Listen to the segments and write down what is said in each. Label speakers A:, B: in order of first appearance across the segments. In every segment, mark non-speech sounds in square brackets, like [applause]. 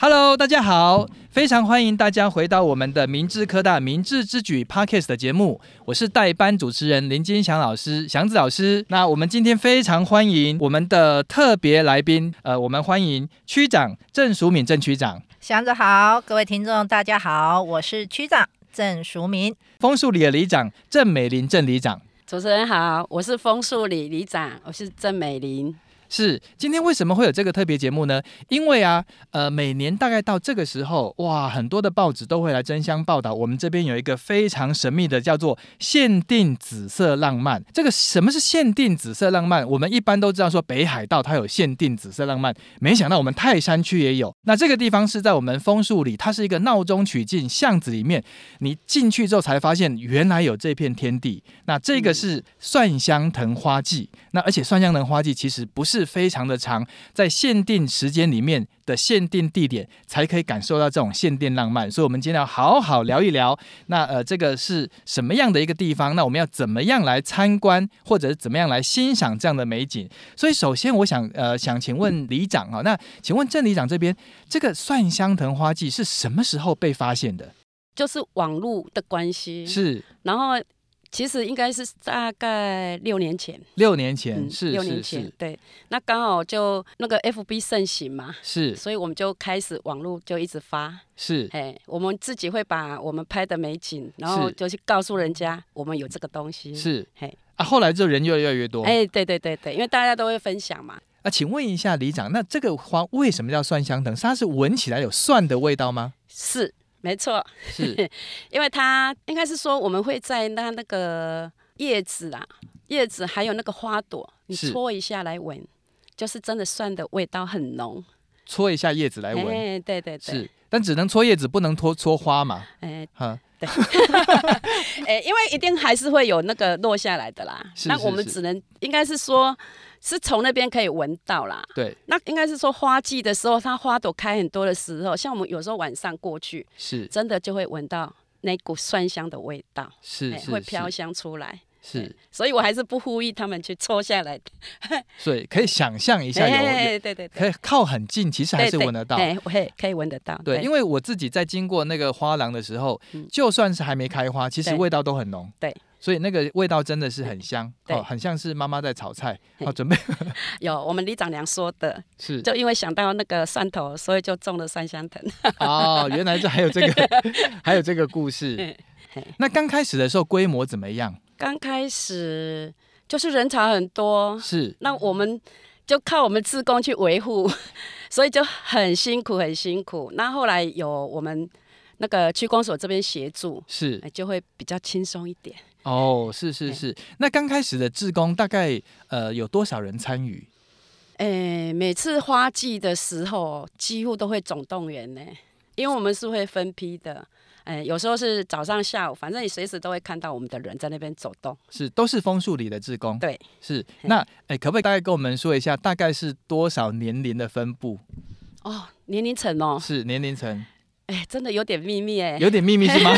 A: Hello，大家好，非常欢迎大家回到我们的明治科大明治之举 Podcast 的节目，我是代班主持人林金祥老师，祥子老师。那我们今天非常欢迎我们的特别来宾，呃，我们欢迎区长郑淑敏郑区长。
B: 祥子好，各位听众大家好，我是区长郑淑明。
A: 枫树里的里长郑美玲，郑里长
C: 主持人好，我是枫树里里长，我是郑美玲。
A: 是今天为什么会有这个特别节目呢？因为啊，呃，每年大概到这个时候，哇，很多的报纸都会来争相报道。我们这边有一个非常神秘的，叫做限定紫色浪漫。这个什么是限定紫色浪漫？我们一般都知道说北海道它有限定紫色浪漫，没想到我们泰山区也有。那这个地方是在我们枫树里，它是一个闹中取静巷子里面，你进去之后才发现原来有这片天地。那这
C: 嗯
A: 个是蒜香藤花季，那而且蒜香藤花季其实不是非常的长，在限定时间里面的限定地点才可以感受到这种限定浪漫。所以，我们今天要好好聊一聊，那呃，这个是什么样的一个地方？那我们要怎么样来参观，或者是怎么样来欣赏这样的美景？所以，首先我想呃，想请问里长啊、那请问郑里长这边，这个蒜香藤花季是什么时候被发现的？
C: 就是网络的关系，
A: 是
C: 然后其实应该是大概六年前，嗯
A: 六年前，是
C: 六
A: 是
C: 年前
A: 是，
C: 对，那刚好就那个 FB 盛行嘛，
A: 是
C: 所以我们就开始网络就一直发，
A: 是
C: 哎，我们自己会把我们拍的美景，然后
A: 是
C: 就去告诉人家我们有这个东西，，
A: 是
C: 嘿，
A: 啊，后来就人越来越多。
C: 哎，对对对对，因为大家都会分享嘛，
A: 啊，请问一下里长，那这个花为什么叫蒜香藤？是它是闻起来有蒜的味道
C: [laughs]
A: 吗？
C: 是没错，
A: 是
C: 因为它应该是说我们会在它那个叶子啊，叶子还有那个花朵，你
A: 是
C: 搓一下来闻，就是真的蒜的味道很浓。
A: 搓一下叶子来闻，
C: 哎，对对对，
A: 是，但只能搓叶子，不能搓搓花嘛。
C: 哎
A: 哈，
C: 哎，因为一定还是会有那个落下来的啦。
A: 是
C: 那
A: 是
C: 我们
A: 是
C: 只能应该是说，是从那边可以闻到啦。
A: 对，
C: 那应该是说花季的时候，它花朵开很多的时候，像我们有时候晚上过去， [laughs]
A: 是
C: 真的就会闻到那股蒜香的味道，
A: 是
C: 哎
A: 是
C: 会飘
A: 是
C: 香出来。
A: 是，
C: 所以我还是不呼吁他们去搓下来
A: 所以可以想象一下有，有
C: 哎对对对，
A: 可以靠很近，其实还是闻得到。
C: 哎，嘿，可以闻得到，
A: 对，因
C: 为
A: 为我自己在经过那个花廊的时候，
C: 嗯
A: 就算是还没开花，其实
C: 对
A: 味道都很浓。
C: 对，
A: 所以那个味道真的是很香，
C: 对
A: 哦，很像是妈妈在炒菜，哦，
C: 嘿
A: 准备
C: 有我们李长娘说的，
A: 是
C: 就因为想到那个蒜头，所以就种了蒜香藤。 [laughs]
A: 哦，原来这还有这个， [laughs] 还有这个故事
C: 嗯嘿。
A: 那刚开始的时候规模怎么样？
C: 刚开始就是人潮很多，
A: 是
C: 那我们就靠我们自工去维护， [laughs] 所以就很辛苦，很辛苦。那后来有我们那个区公所这边协助。
A: 是
C: 哎就会比较轻松一点。
A: 哦，是是
C: 哎
A: 是。那刚开始的志工大概呃有多少人参与？
C: 哎，每次花季的时候，几乎都会总动员呢，因为我们是会分批的。哎，有时候是早上、下午，反正你随时都会看到我们的人在那边走动。
A: 是都是枫树里的志工。
C: 对，
A: 是。
C: 嘿
A: 那哎，可不可以大概跟我们说一下，大概是多少年龄的分布？
C: 哦，年龄层哦，
A: 是年龄层，
C: 哎，真的有点秘密哎，
A: 有点秘密是
C: [laughs]
A: 吗？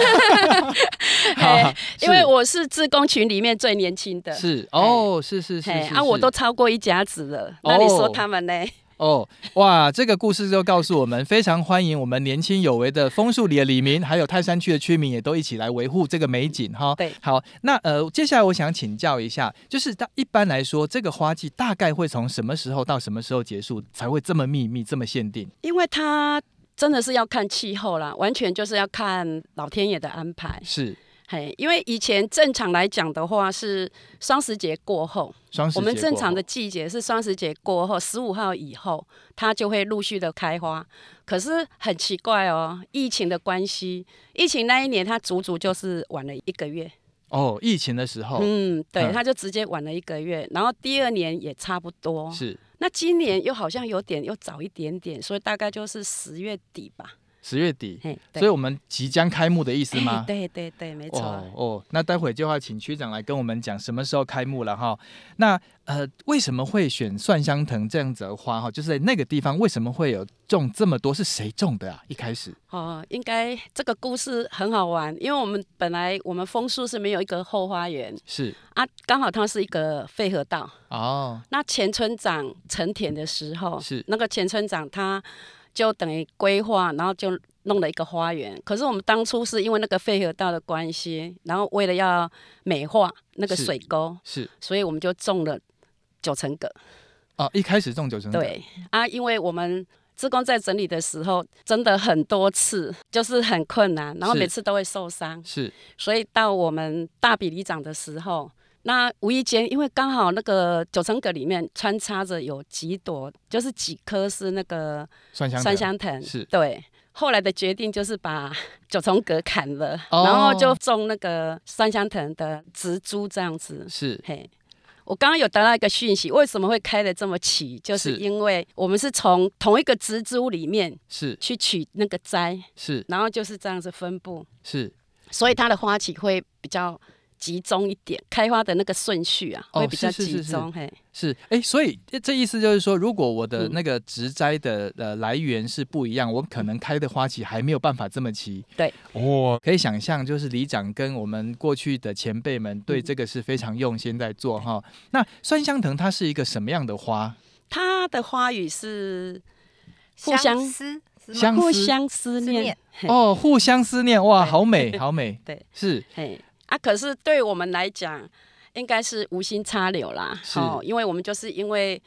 A: 好
C: 哎，因为
A: 是
C: 我是志工群里面最年轻的。
A: 是哦，是是是
C: 嘿
A: 是
C: 啊，我
A: 是
C: 都超过一甲子了，那你说
A: 哦
C: 他们呢？
A: 哦，哇，这个故事就告诉我们，非常欢迎我们年轻有为的枫树里的里民，还有泰山区的居民，也都一起来维护这个美景哈。
C: 对
A: 好，那呃，接下来我想请教一下，就是它一般来说，这个花季大概会从什么时候到什么时候结束，才会这么秘密、这么限定？
C: 因为他真的是要看气候啦，完全就是要看老天爷的安排。
A: 是
C: 嘿，因为以前正常来讲的话是双十节过后，
A: 双十
C: 我们
A: 节
C: 正
A: 过
C: 常的
A: 后
C: 季节是双十节过后，十五号以后，它就会陆续的开花。可是很奇怪哦，疫情的关系，疫情那一年它足足就是晚了一个月。
A: 哦，疫情的时候、
C: 嗯，对，
A: 嗯
C: 它就直接晚了一个月，然后第二年也差不多。
A: 是
C: 那今年又好像有点又早一点点，所以大概就是十月底吧。
A: 十月底，
C: 嘿，对
A: 所以我们即将开幕的意思吗
C: 哎？对对对，没错。
A: 哦哦，那待会就要请区长来跟我们讲什么时候开幕了哈。那呃，为什么会选蒜香藤这样子的花哈？就是在那个地方为什么会有种这么多？是谁种的啊？一开始
C: 哦，应该这个故事很好玩，因为我们本来我们枫树是没有一个后花园
A: 是
C: 啊，刚好它是一个废河道。
A: 哦，
C: 那前村长成田的时候，
A: 是
C: 那个前村长他就等于规划，然后就弄了一个花园。可是我们当初是因为那个废河道的关系，然后为了要美化那个
A: 是
C: 水沟，
A: 是
C: 所以我们就种了九层葛。
A: 哦，一开始中九成，
C: 对啊，因为我们职工在整理的时候，真的很多次就是很困难，然后
A: 是
C: 每次都会受伤，
A: 是
C: 所以到我们大比里长的时候。那无意间，因为刚好那个九层葛里面穿插着有几朵，就是几棵是那个
A: 蒜香藤
C: 酸香藤，
A: 是
C: 对。后来的决定就是把 [laughs] 九重葛砍了，
A: 哦
C: 然后就种那个酸香藤的植株这样子。
A: 是
C: 嘿，我刚刚有得到一个讯息，为什么会开的这么齐？就是
A: 是
C: 因为我们是从同一个植株里面
A: 是
C: 去取那个摘，
A: 是
C: 然后就是这样子分布，
A: 是
C: 所以它的花期会比较集中一点，开花的那个顺序啊
A: 哦
C: 会比较
A: 是是
C: 集
A: 是是
C: 中。嘿，
A: 是，哎，所以这这意思就是说，如果我的
C: 嗯
A: 那个植栽的呃来源是不一样，我可能开的花期还没有办法这么齐。
C: 对，
A: 哦，可以想象，就是里长跟我们过去的前辈们
C: 嗯
A: 对这个是非常用心在做哈。那酸香藤它是一个什么样的花？
C: 它的花语是互
B: 相
C: 相
B: 思是吗
A: 相思
C: 互相
B: 思
C: 思念。
B: 念
C: 嘿
A: 哦，互相思念，哇，
C: 对。
A: 好美，好美
C: [laughs] 对，
A: 是
C: 嘿啊，可是对我们来讲，应该是无心插柳啦。
A: 是
C: 哦，因为我们就是因为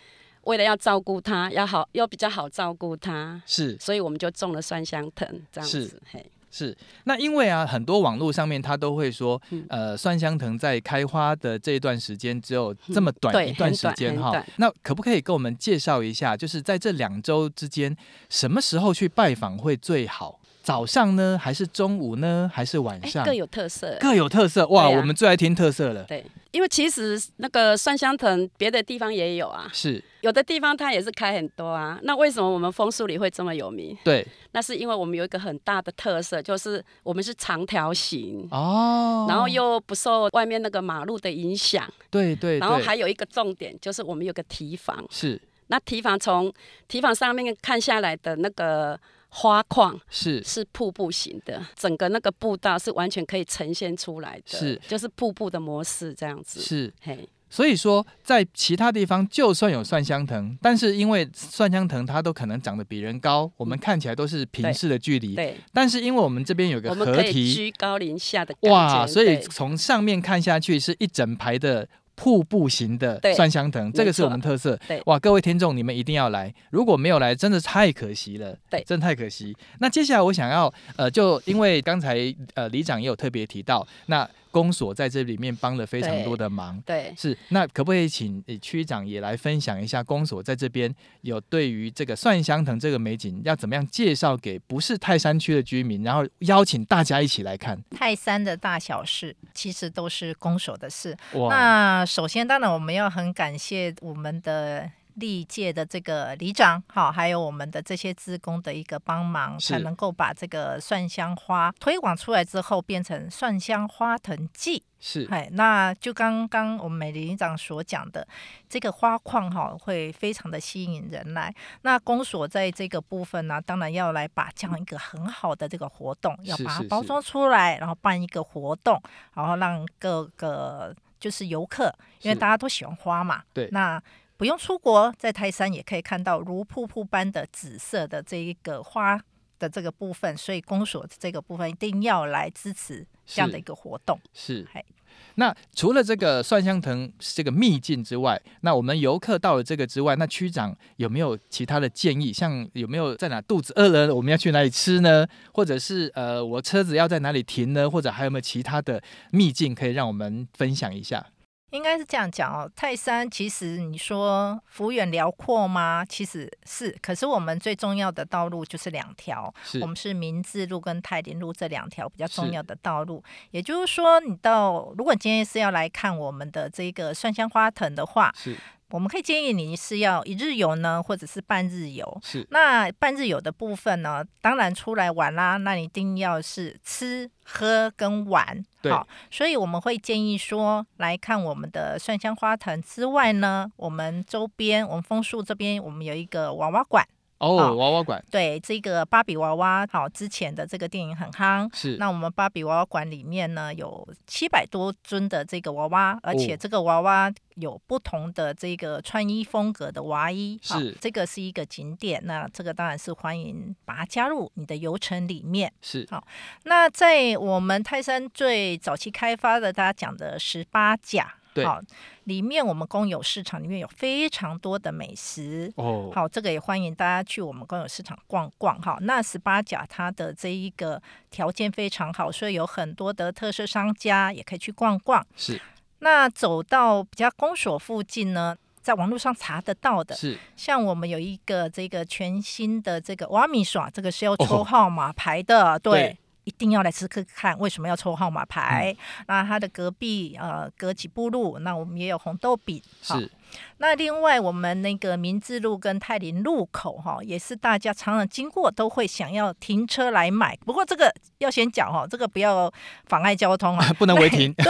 C: 为了要照顾它，要好要比较好照顾它，
A: 是
C: 所以我们就种了酸香藤这样
A: 是
C: 子。嘿，
A: 是，那因为啊，很多网络上面它都会说
C: 嗯，
A: 呃，蒜香藤在开花的这一段时间只有这么短
C: 对
A: 一段
C: 很
A: 时
C: 短
A: 间
C: 很
A: 哈
C: 短。
A: 那可不可以跟我们介绍一下，就是在这两周之间，什么时候去拜访会最好？早上呢，还是中午呢，还是晚
C: 哎，
A: 上？
C: 各有特色。
A: 各有特色哇！
C: 对啊
A: 我们最爱听特色了，
C: 对，因为其实那个酸香藤别的地方也有啊，
A: 是
C: 有的地方它也是开很多啊。那为什么我们枫树里会这么有名？
A: 对
C: 那是因为我们有一个很大的特色，就是我们是长条形，
A: 哦，
C: 啊然后又不受外面那个马路的影响。
A: 对对对，
C: 然后还有一个重点就是我们有个提防，
A: 是
C: 那提防从提防上面看下来的那个花况
A: 是
C: 是瀑布型的，整个那个步道是完全可以呈现出来的，
A: 是
C: 就是瀑布的模式这样子。
A: 是
C: 嘿，
A: 所以说，在其他地方就算有蒜香藤，但是因为蒜香藤它都可能长得比人高，我们看起来都是平视的距离。
C: 对，
A: 但是因为我们这边有个
C: 我们
A: 合
C: 可以
A: 体，
C: 居高临下的感
A: 哇，
C: 觉
A: 所以
C: 对
A: 从上面看下去是一整排的瀑布型的
C: 对
A: 蒜香藤，这个是
C: 没错
A: 我们特色
C: 对。
A: 哇，各位听众你们一定要来，如果没有来，真的太可惜了，
C: 对
A: 真的太可惜。那接下来我想要呃，就因为刚才呃里长也有特别提到，那公所在这里面帮了非常
C: 对
A: 多的忙。
C: 对
A: 是，那可不可以请呃区长也来分享一下公所在这边有对于这个蒜香藤这个美景要怎么样介绍给不是泰山区的居民，然后邀请大家一起来看？
B: 泰山的大小事，其实都是攻守的事。
A: 哇，
B: 那首先，当然我们要很感谢我们的历届的这个里长，好，还有我们的这些职工的一个帮忙，
A: 是
B: 才能够把这个蒜香花推广出来之后，变成蒜香花藤季。
A: 是
B: 哎，那就刚刚我们美玲长所讲的，这个花况哈会非常的吸引人来。那公所在这个部分呢、当然要来把这样一个很好的这个活动，要
A: 是
B: 把它
A: 是
B: 包
A: 是
B: 装出来，然后办一个活动，然后让各个就是游客，因为
A: 是
B: 大家都喜欢花嘛，
A: 对
B: 那。不用出国，在泰山也可以看到如瀑布般的紫色的这一个花的这个部分，所以公所这个部分一定要来支持这样的
A: 是
B: 一个活动。
A: 是
B: 嗨。
A: 那除了这个蒜香藤这个秘境之外，那我们游客到了这个之外，那区长有没有其他的建议？像有没有在哪肚子饿了，我们要去哪里吃呢？或者是呃，我车子要在哪里停呢？或者还有没有其他的秘境可以让我们分享一下？
B: 应该是这样讲哦，泰山其实你说幅员辽阔吗？其实是，可是我们最重要的道路就是两条，
A: 是
B: 我们是明治路跟泰林路这两条比较重
A: 是
B: 要的道路。也就是说，你到如果你今天是要来看我们的这个蒜香花藤的话，
A: 是
B: 我们可以建议你是要一日游呢，或者是半日游。
A: 是
B: 那半日游的部分呢，当然出来玩啦，那你一定要是吃喝跟玩。
A: 对
B: 好，所以我们会建议说，来看我们的蒜香花藤之外呢，我们周边我们枫树这边我们有一个娃娃馆，
A: 哦，
B: 哦
A: 娃娃馆
B: 对，这个芭比娃娃，好，之前的这个电影很夯。
A: 是
B: 那我们芭比娃娃馆里面呢，有七百多尊的这个娃娃，而且
A: 哦
B: 这个娃娃有不同的这个穿衣风格的娃衣。好
A: 是
B: 这个是一个景点，那这个当然是欢迎把它加入你的游程里面。
A: 是
B: 那在我们泰山最早期开发的，大家讲的十八甲，
A: 对
B: 好，里面我们公有市场里面有非常多的美食。
A: 哦，
B: 好，这个也欢迎大家去我们公有市场逛逛哈。那十八甲它的这一个条件非常好，所以有很多的特色商家也可以去逛逛。
A: 是
B: 那走到比较公所附近呢，在网络上查得到的，
A: 是
B: 像我们有一个这个全新的这个瓦米耍，这个是要
A: 哦
B: 抽号码牌的，对
A: 对。嗯
B: 一定要来吃吃看，为什么要抽号码牌？那它的隔壁呃隔几步路，那我们也有红豆饼。好
A: 是，
B: 那另外我们那个明治路跟泰林路口哈、也是大家常常经过都会想要停车来买。不过这个要先讲哦，这个不要妨碍交通啊
A: [laughs] 不能违停
B: 对，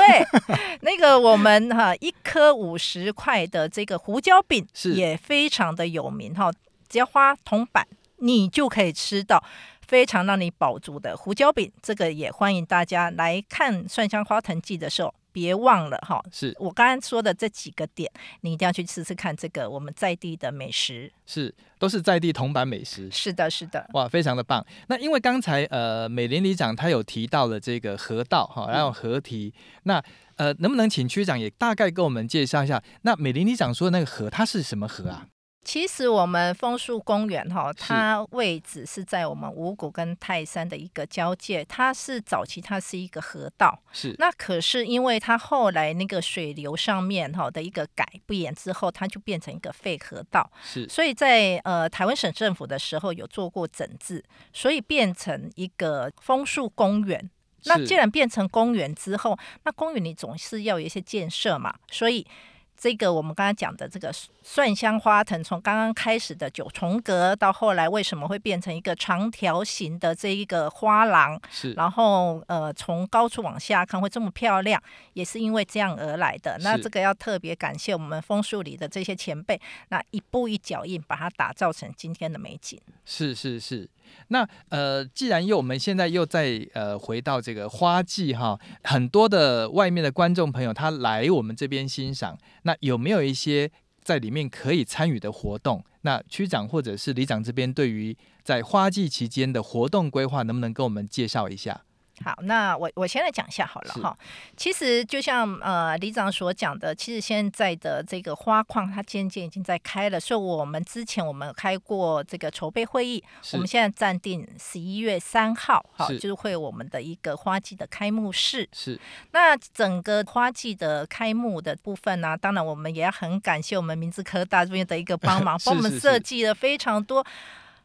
B: 那个我们哈、一颗五十块的这个胡椒饼
A: 是
B: 也非常的有名哈、只要花铜板你就可以吃到。非常让你饱足的胡椒饼，这个也欢迎大家来看《蒜香花藤记》的时候，别忘了哈，
A: 是
B: 我刚才说的这几个点，你一定要去试试看这个我们在地的美食。
A: 是，都是在地铜板美食。
B: 是的，是的，
A: 哇，非常的棒！那因为刚才呃，美林里长他有提到了这个河道哈，还有
B: 嗯
A: 河堤。那呃，能不能请区长也大概跟我们介绍一下？那美林里长说的那个河，它是什么河
B: 嗯
A: 啊？
B: 其实我们枫树公园哈，
A: 是
B: 它位置是在我们五谷跟泰山的一个交界，它是早期它是一个河道，
A: 是
B: 那可是因为它后来那个水流上面哈的一个改变之后，它就变成一个废河道，
A: 是
B: 所以在呃台湾省政府的时候有做过整治，所以变成一个枫树公园。那
A: 是
B: 既然变成公园之后，那公园你总是要有一些建设嘛，所以这个我们刚才讲的这个蒜香花藤，从刚刚开始的九重阁，到后来为什么会变成一个长条形的这一个花廊，
A: 是
B: 然后呃从高处往下看会这么漂亮，也是因为这样而来的。那
A: 是
B: 这个要特别感谢我们枫树里的这些前辈，那一步一脚印把它打造成今天的美景。
A: 是是是。那呃，既然又我们现在又在呃回到这个花季哈，很多的外面的观众朋友他来我们这边欣赏，那有没有一些在里面可以参与的活动？那区长或者是里长这边对于在花季期间的活动规划，能不能跟我们介绍一下？
B: 好，那我我先来讲一下好了
A: 是
B: 哈。其实就像呃李长所讲的，其实现在的这个花矿它渐渐已经在开了，所以我们之前我们有开过这个筹备会议，
A: 是
B: 我们现在暂定十一月三号，好，
A: 是
B: 就是会有我们的一个花季的开幕式。
A: 是
B: 那整个花季的开幕的部分呢、当然我们也要很感谢我们明治科大这边的一个
A: [laughs]
B: 帮忙，
A: 是
B: 帮我
A: 是
B: 们
A: 是
B: 设计了非常多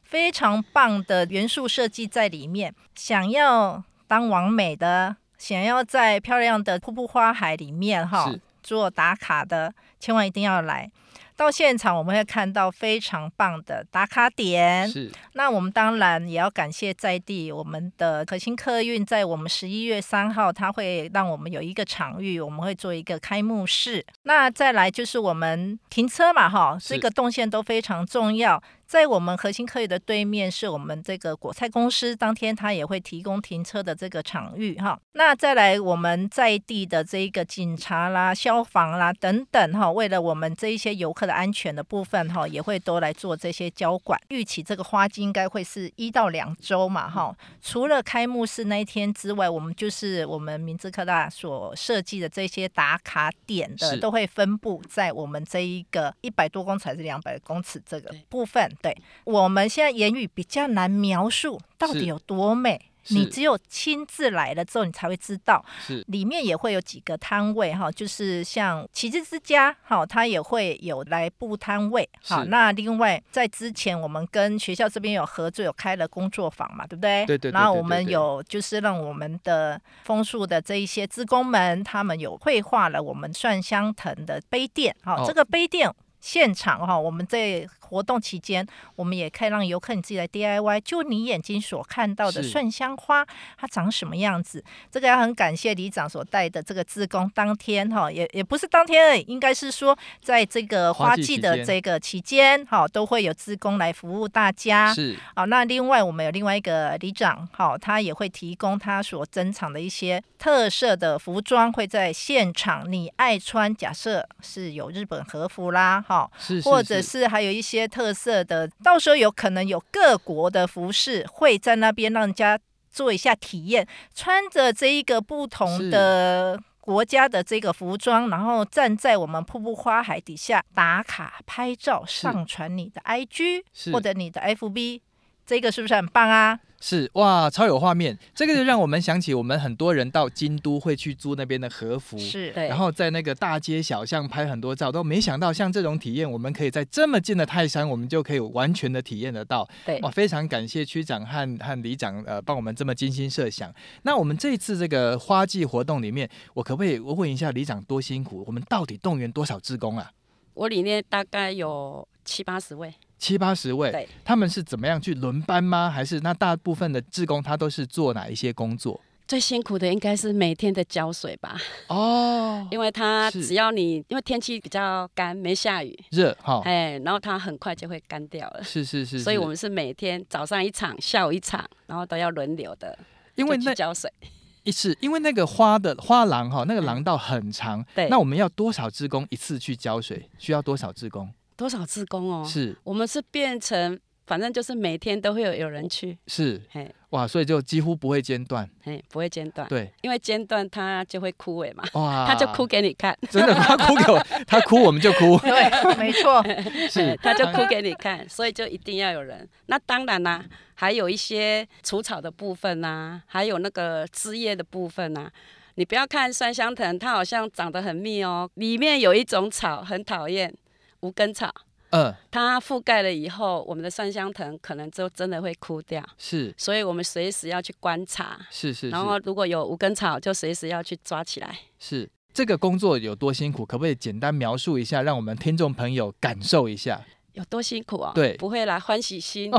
B: 非常棒的元素设计在里面。想要当完美的，想要在漂亮的瀑布花海里面哈
A: 是
B: 做打卡的，千万一定要来。到现场我们会看到非常棒的打卡点，
A: 是
B: 那我们当然也要感谢在地我们的可心客运，在我们十一月三号，它会让我们有一个场域，我们会做一个开幕式。那再来就是我们停车嘛，哈，
A: 是
B: 这个动线都非常重要。在我们核心客运的对面是我们这个果菜公司，当天它也会提供停车的这个场域哈。那再来我们在地的这一个警察啦、消防啦等等哈，为了我们这一些游客的安全的部分哈，也会都来做这些交管。预期这个花季应该会是一到两周嘛哈。除了开幕式那一天之外，我们就是我们明治科大所设计的这些打卡点的
A: 是
B: 都会分布在我们这一个一百多公尺还是两百公尺这个部分。对我们现在言语比较难描述到
A: 是
B: 底有多美，
A: 是
B: 你只有亲自来了之后，你才会知道。
A: 是
B: 里面也会有几个摊位哈，就是像旗帜之家哈，它也会有来布摊位好，
A: 是
B: 那另外在之前我们跟学校这边有合作，有开了工作坊嘛，对不对？
A: 对对对
B: 然后
A: 对
B: 我们
A: 对
B: 有就是让我们的枫树的这一些职工们，他们有绘画了我们蒜香藤的杯垫哈，
A: 哦
B: 这个杯垫。现场哈、我们在活动期间，我们也可以让游客你自己来 DIY，就你眼睛所看到的
A: 是
B: 蒜香花，它长什么样子？这个要很感谢里长所带的这个志工，当天哈、也也不是当天而已，应该是说在这个
A: 花
B: 花
A: 季
B: 季
A: 期
B: 的
A: 间
B: 这个期间，哈、都会有志工来服务大家。
A: 是
B: 好，那另外我们有另外一个里长，好，他也会提供他所珍藏的一些特色的服装，会在现场你爱穿，假设是有日本和服啦，哈，
A: 是，
B: 或者是还有一些特色的，到时候有可能有各国的服饰会在那边让人家做一下体验，穿着这一个不同的。国家的这个服装，然后站在我们瀑布花海底下打卡拍照，上传你的 IG
A: 是
B: 或者你的 FB，这个是不是很棒啊？
A: 是哇，超有画面。这个就让我们想起我们很多人到京都会去租那边的和服，
B: 是，
C: 对，
A: 然后在那个大街小巷拍很多照，都没想到像这种体验，我们可以在这么近的泰山，我们就可以完全的体验得到。
C: 对
A: 哇，非常感谢区长和和里长呃帮我们这么精心设想。那我们这一次这个花季活动里面，我可不可以我问一下里长多辛苦？我们到底动员多少志工啊？
C: 我里面大概有七八十位，
A: 七八十位
C: 对，
A: 他们是怎么样去轮班吗？还是那大部分的志工他都是做哪一些工作？
C: 最辛苦的应该是每天的浇水吧，
A: 哦，
C: 因为它
A: 是
C: 只要你因为天气比较干，没下雨，
A: 热哈，
C: 哎，然后它很快就会干掉了。
A: 是哦是是，
C: 所以
A: 是
C: 我们是每天早上一场，下午一场，然后都要轮流的，
A: 因为
C: 就去
A: 那
C: 浇水。
A: 一是因为那个花的花廊哈，那个廊道很长，
C: 嗯对
A: 那我们要多少志工一次去浇水？需要多少志工？
C: 多少志工哦？
A: 是
C: 我们是变成，反正就是每天都会有有人去，
A: 是
C: 嘿，
A: 哇，所以就几乎不会间断，
C: 嘿，不会间断，
A: 对，啊
C: 因为间断它就会枯萎嘛，
A: 哇，
C: 它就哭，给你看，
A: 真的他哭
C: [laughs]
A: 给我，他哭我们就哭，
B: 对，没
A: [laughs]
B: 错，
A: 是嗯
C: 它呃就哭给你看，所以就一定要有人。那当然啦、还有一些除草的部分呐、还有那个枝叶的部分呐、你不要看酸香藤，它好像长得很密哦，里面有一种草很讨厌，无根草。
A: 嗯，
C: 它覆盖了以后，我们的蒜香藤可能就真的会枯掉，
A: 是
C: 所以我们随时要去观察。
A: 是是
C: 然后如果有无根草，就随时要去抓起来。
A: 是是，这个工作有多辛苦？可不可以简单描述一下，让我们听众朋友感受一下？ [laughs]
C: 有多辛苦哦？
A: 对
C: 不会啦，欢喜心，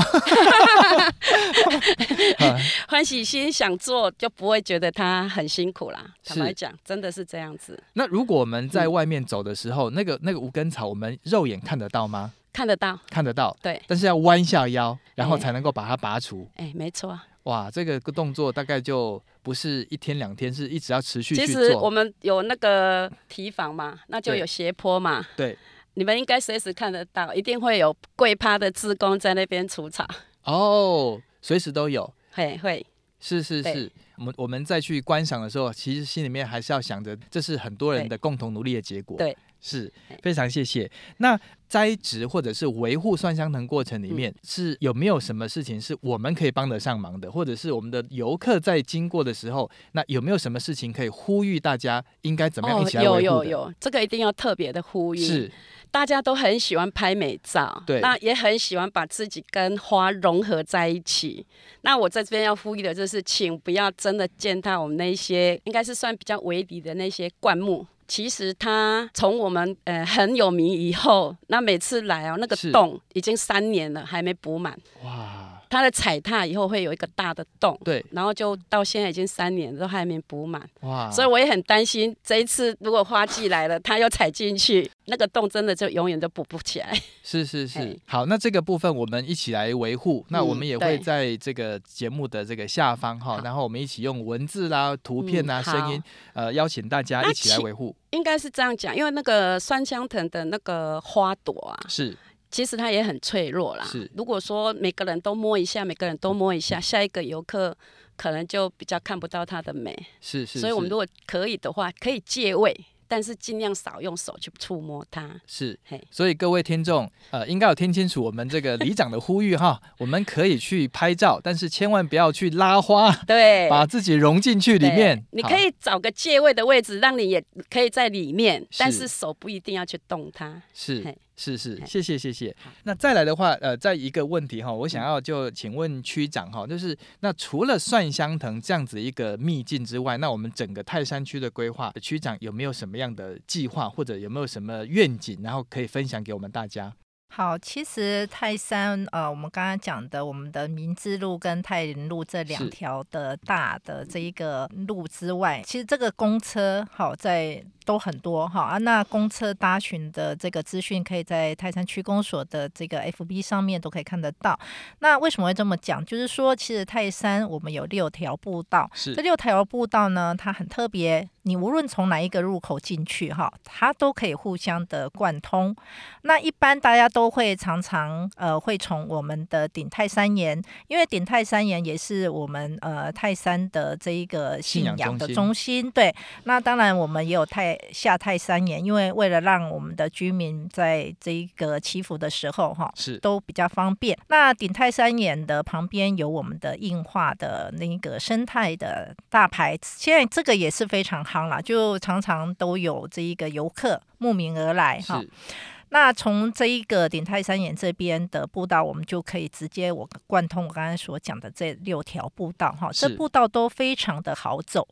C: 欢喜心想做就不会觉得它很辛苦啦。
A: 是
C: 坦白讲，真的是这样子，
A: 那如果我们在
C: 嗯
A: 外面走的时候，那个那个无根草，我们肉眼看得到吗？
C: 看得到。
A: 看得到，
C: 对，
A: 但是要弯下腰，然后
C: 哎
A: 才能够把它拔除。
C: 哎，没错啊。
A: 哇，这个动作大概就不是一天两天，是一直要持续
C: 其
A: 去
C: 实我
A: 做。
C: 们有那个提防嘛，那就
A: 对
C: 有斜坡嘛。
A: 对，
C: 你们应该随时看得到，一定会有跪趴的志工在那边除草。
A: 哦，随时都有。
C: 嘿，会。
A: 是是
C: 对
A: 是，我们我们再去观赏的时候，其实心里面还是要想着，这是很多人
C: 对
A: 的共同努力的结果。
C: 对，
A: 是
C: 对
A: 非常谢谢。那栽植或者是维护蒜香藤过程里
C: 嗯
A: 面，是有没有什么事情是我们可以帮得上忙的，或者是我们的游客在经过的时候，那有没有什么事情可以呼吁大家应该怎么样一起来维护
C: 哦有
A: 的？
C: 有有，这个一定要特别的呼吁。
A: 是
C: 大家都很喜欢拍美照，
A: 对
C: 那也很喜欢把自己跟花融合在一起。那我在这边要呼吁的就是，请不要真的践踏我们那一些应该是算比较违理的那些灌木。其实它从我们呃很有名以后，那每次来哦，那个
A: 是
C: 洞已经三年了还没补满，
A: 哇，
C: 它的踩踏以后会有一个大的洞，
A: 对
C: 然后就到现在已经三年了都还没补满。
A: 哇，
C: 所以我也很担心，这一次如果花季来了，它又踩进去，那个洞真的就永远都补不起来。 [laughs]
A: 是是是
C: 哎，
A: 好，那这个部分我们一起来维护。那我
C: 嗯
A: 们也会
C: 对
A: 在这个节目的这个下方哈，
C: 好
A: 然后我们一起用文字啦、图片啦、
C: 嗯
A: 声音，呃，邀请大家
C: 那
A: 一起来
C: 其
A: 维护。
C: 应该是这样讲，因为那个酸香藤的那个花朵啊，
A: 是
C: 其实它也很脆弱啦。
A: 是
C: 如果说每个人都摸一下，每个人都摸一下，下一个游客可能就比较看不到它的美。
A: 是是，
C: 所以我们
A: 是
C: 如果可以的话，可以借位，但是尽量少用手去触摸它。
A: 是
C: 嘿，
A: 所以各位听众，呃，应该有听清楚我们这个里长的呼吁哈，我们可以去拍照，但是千万不要去拉花，
C: 对，
A: 把自己融进去里
C: 对
A: 面。
C: 你
A: 好
C: 可以找个借位的位置，让你也可以在里面，但
A: 是
C: 是手不一定要去动它。
A: 是
C: 嘿。
A: 是是，
C: 哎
A: 谢谢谢谢
C: 好。
A: 那再来的话，呃，再一个问题哈，我
B: 嗯
A: 想要就请问区长哈，就是那除了蒜香藤这样子一个秘境之外，那我们整个泰山区的规划，区长有没有什么样的计划，或者有没有什么愿景，然后可以分享给我们大家？
B: 好，其实泰山呃，我们刚刚讲的，我们的明治路跟泰林路这
A: 是
B: 两条的大的这一个路之外，其实这个公车好在都很多哈啊。那公车搭巡的这个资讯，可以在泰山区公所的这个 FB 上面都可以看得到。那为什么会这么讲？就是说，其实泰山我们有六条步道，
A: 是
B: 这六条步道呢，它很特别，你无论从哪一个入口进去哈，它都可以互相的贯通。那一般大家都会常常呃会从我们的顶泰山岩，因为顶泰山岩也是我们呃泰山的这一个
A: 信
B: 信
A: 仰
B: 仰的
A: 中心
B: 中心。对，那当然我们也有泰下泰山岩，因为为了让我们的居民在这一个祈福的时候哈，
A: 是
B: 都比较方便。那鼎泰山眼的旁边有我们的硬化的那个生态的大牌，现在这个也是非常夯啦，就常常都有这一个游客慕名而来哈。
A: 是
B: 那从这一个鼎泰山眼这边的步道，我们就可以直接我贯通我刚才所讲的这六条步道哈，
A: 是
B: 这步道都非常的好走。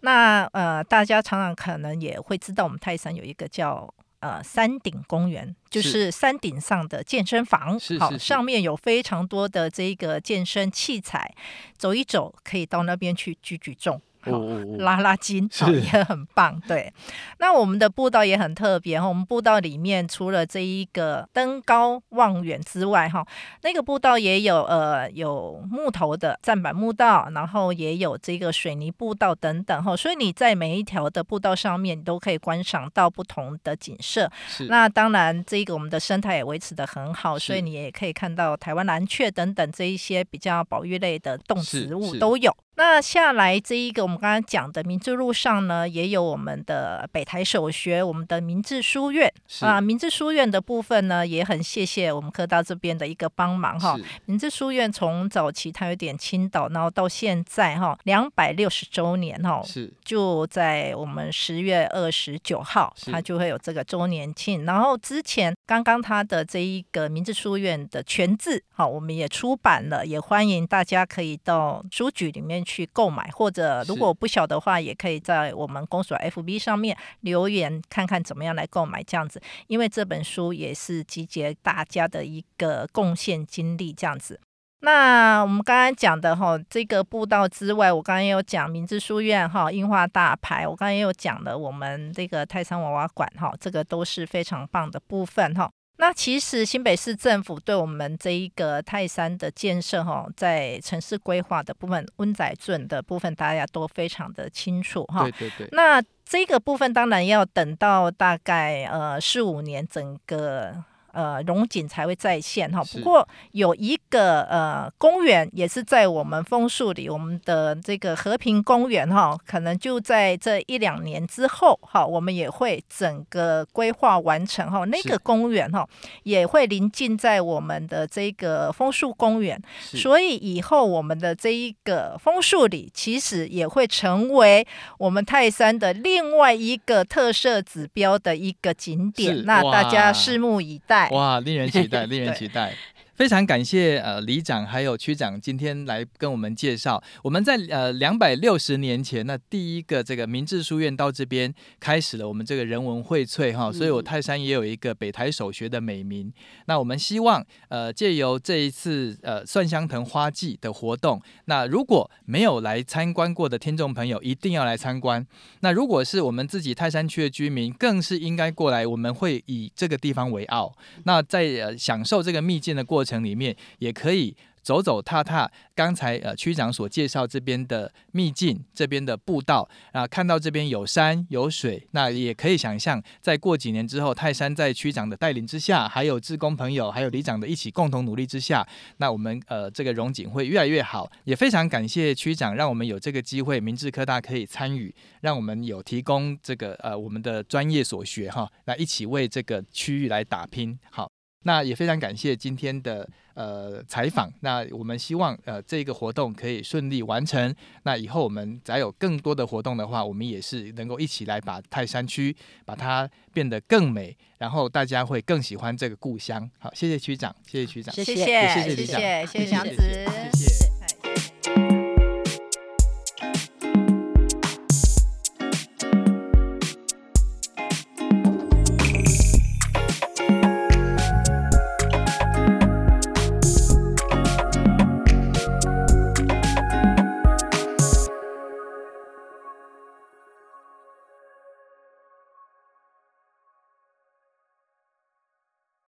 B: 那呃，大家常常可能也会知道，我们泰山有一个叫呃山顶公园，就是是山顶上的健身房，
A: 是
B: 好，
A: 是是
B: 上面有非常多的这个健身器材，走一走可以到那边去举举重。好
A: 哦哦
B: 拉拉筋，
A: 是
B: 好也很棒。对，那我们的步道也很特别哈，哦我们步道里面除了这一个登高望远之外哈，那个步道也有呃有木头的站板步道，然后也有这个水泥步道等等哈，所以你在每一条的步道上面，你都可以观赏到不同的景色。
A: 是
B: 那当然，这个我们的生态也维持的很好，
A: 是
B: 所以你也可以看到台湾蓝雀等等这一些比较保育类的动植
A: 是
B: 物
A: 是
B: 都有。那下来这一个我们刚刚讲的明治路上呢，也有我们的北台首学，我们的明治书院
A: 是
B: 啊，明治书院的部分呢，也很谢谢我们科大这边的一个帮忙哈。
A: 是
B: 明治书院从早期它有点倾倒，然后到现在哈，两百六十周年哈，
A: 是
B: 就在我们十月二十九号
A: 是，
B: 它就会有这个周年庆。然后之前刚刚它的这一个明治书院的全字，好，我们也出版了，也欢迎大家可以到书局里面去购买，或者
A: 是
B: 如果不晓得的话，也可以在我们公所 FB 上面留言看看怎么样来购买这样子，因为这本书也是集结大家的一个贡献经历这样子。那我们刚刚讲的哈，这个步道之外，我刚刚也有讲明治书院哈、樱花大牌，我刚刚也有讲了我们这个泰山娃娃馆哈，这个都是非常棒的部分哈。那其实新北市政府对我们这一个泰山的建设哈，在城市规划的部分、温仔镇的部分，大家都非常的清楚哈。
A: 对对对，
B: 那这个部分当然要等到大概呃四五年，整个呃龙井才会再现哈。
A: 是
B: 不过有一个呃公园也是在我们枫树里，我们的这个和平公园哈，可能就在这一两年之后哈，我们也会整个规划完成哈。那
A: 是
B: 个公园哈也会临近在我们的这个枫树公园，
A: 是
B: 所以以后我们的这一个枫树里，其实也会成为我们泰山的另外一个特色指标的一个景
A: 是
B: 点。那大
A: 哇
B: 家拭目以待。
A: 哇，令人期待，令 [laughs] 人期待。非常感谢呃里长还有区长今天来跟我们介绍，我们在呃两百六十年前那第一个这个明治书院到这边开始了我们这个人文荟萃哈，所以我泰山也有一个北台首学的美名。那我们希望呃借由这一次呃蒜香藤花季的活动，那如果没有来参观过的听众朋友一定要来参观，那如果是我们自己泰山区的居民，更是应该过来，我们会以这个地方为傲。那在呃享受这个秘境的过程里面，也可以走走踏踏。刚才呃区长所介绍这边的秘境，这边的步道啊、看到这边有山有水，那也可以想象，再过几年之后，泰山在区长的带领之下，还有志工朋友，还有里长的一起共同努力之下，那我们呃这个荣景会越来越好。也非常感谢区长，让我们有这个机会，明治科大可以参与。让我们有提供这个呃我们的专业所学哈，来一起为这个区域来打拼。好，那也非常感谢今天的呃采访。那我们希望呃这个活动可以顺利完成。那以后我们再有更多的活动的话，我们也是能够一起来把泰山区把它变得更美，然后大家会更喜欢这个故乡。好，谢谢区长，谢谢区长，
C: 谢
B: 谢
A: 谢
C: 谢
A: 谢
B: 谢
A: 李长
B: 谢谢谢
A: 谢
B: 祥
A: 谢
B: 子。
A: 谢谢。